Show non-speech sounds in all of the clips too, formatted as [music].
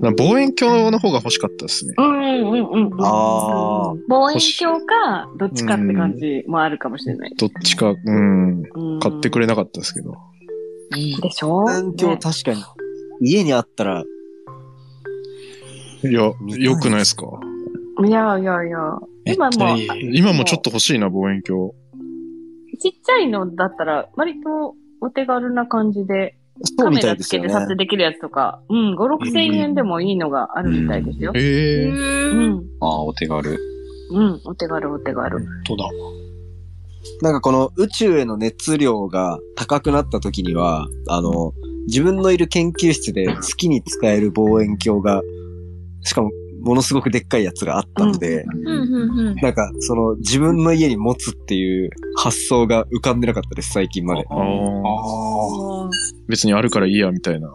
な望遠鏡の方が欲しかったですね。うんうんうんうん。あー望遠鏡か、どっちかって感じもあるかもしれない。どっちか、うん、うん買ってくれなかったですけど。でしょ環境ね確かに。家にあったら、いや、見たい良くないですかいやいやいや。めっ今ちゃも、いい。今もちょっと欲しいな、望遠鏡。ちっちゃいのだったら、割とお手軽な感じで、そうカみメたラいでつすけよてね。撮影できるやつとか、うん、5、6千円でもいいのがあるみたいですよ。ええー。ううん。ん、ああ、お手軽。うん、お手軽お手軽。とだ。なんかこの宇宙への熱量が高くなった時には、あの、自分のいる研究室で月に使える望遠鏡が、しかもものすごくでっかいやつがあったので、うんうんうん。なんかその自分の家に持つっていう発想が浮かんでなかったです、最近まで。あーあ別にあるからいいや、みたいな。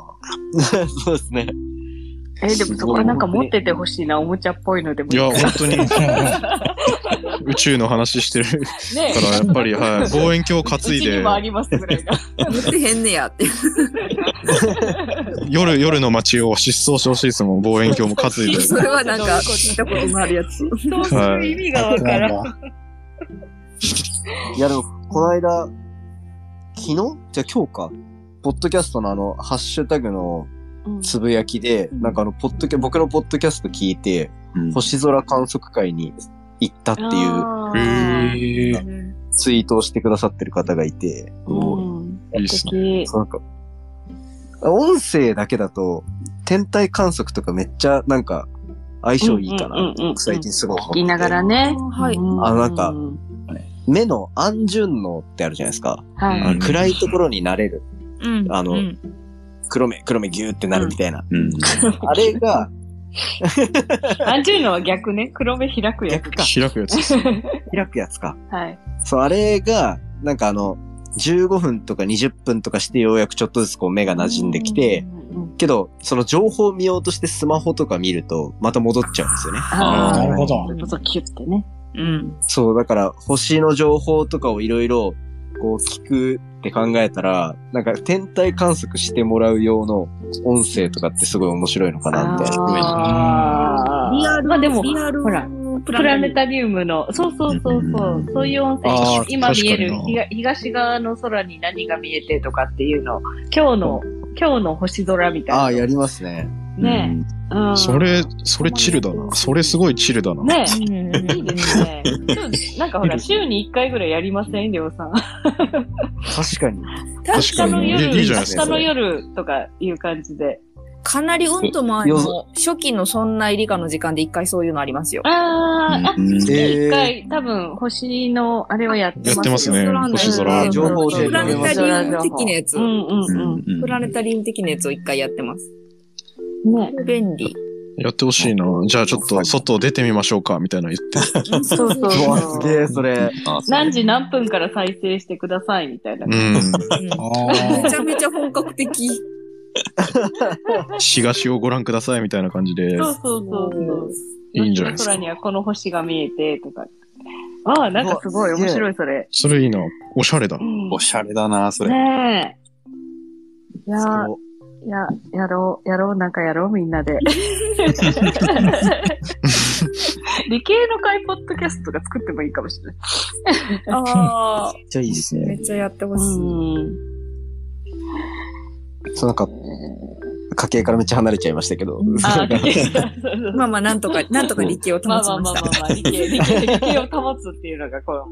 そうですね。えーでもそこはなんか持っててほしいな、おもちゃっぽいのでもいや、本当にあ。宇宙の話してるねから、やっぱり、 [laughs] はい、望遠鏡う担いちにでも、ありますぐらいな。持ってへんねやって。夜、夜の街を失踪してほしいですもん、望遠鏡も担い [laughs] で。それはなんか聞いたことのあるやつ。そうする意味がわからん。いやでも、この間、昨日じゃあ今日か。ポッドキャストのあの、ハッシュタグのうんつぶやきで、なんかあの、ポッドキャ、僕のポッドキャスト聞いて、うん星空観測会に行ったっていうあへーえー。ツイートをしてくださってる方がいて、うんいいっす素敵。そうなんか、音声だけだと、天体観測とかめっちゃなんか相性いいかうんうんなうんうんう、ん最近すごい思っ聞て。きながらね。はい。あなんかうん目の安順能ってあるじゃないですか。はい。うん暗いところになれる。うん。あのうん黒目、黒目ギューってなるみたいな。うん。あれがあんちゅうのは逆ね。黒目開くやつ逆。か、開くやつです。開くやつか。はい。そう、あれが、なんかあの、15分とか20分とかしてようやくちょっとずつこう目が馴染んできて、うんうんうん、けど、その情報を見ようとしてスマホとか見ると、また戻っちゃうんですよね。あなるほどそれこそキュッてね。うん。そう、だから、星の情報とかをいろいろ、こう、聞くって考えたら、なんか、天体観測してもらう用の音声とかってすごい面白いのかな、みたいな。あーリアル、まあでも、リアルほら、プラネタリウムの、そうそうそうそう、そういう音声あー、今見える確かに東東側の空に何が見えてとかっていうの、今日の、今日の星空みたいな。ああ、やりますね。ねえ。うんそれ、それチルだな。それすごいチルだな。ねうんうんうえ。んいいですね。なんかほら、週に1回ぐらいやりませんりょうさん。確か確かに。確か明日のにに。夜、いいいいじ明ゃないです日かの夜とかいう感じで。かなりうんと前よの初期のそんな理科の時間で一回そういうのありますよ。あーあ、うんえ一回、多分、星の、あれをやってますよ。やってますね星空うん情報教えてプラネタリウム的なやつう。んううんうんうんプラネタリウム的なやつを一回やってます。ん。ね。便利。やってほしいな。じゃあちょっと外出てみましょうか、みたいなの言 [laughs] って。そうそううわ、そすう。げえ、それ。あそう何時何分から再生してくださいみたいな。ううんめあちゃめちゃ本格的。ん。東をご覧ください、みたいな感じで。そうそうそうそう。いいんじゃないですか空にはこの星が見えてとか。ああ、なんかすごい面白いそれ。それいいな。おしゃれだう。ーんおしゃれだな、それ。ねえ。いやーそういや、やろう、やろう、なんかやろう、みんなで。理系の会ポッドキャストが作ってもいいかもしれない。ああ、めっちゃいいですめね。っちゃやってほしい。うん。そう、なんか、家計からめっちゃ離れちゃいましたけど。ああ、理 [laughs] 系。そうそうまあまあ、なんとか、なんとか力を保ちままあまあましあた。まあ、理系、理系理系を保つっていうのが、この、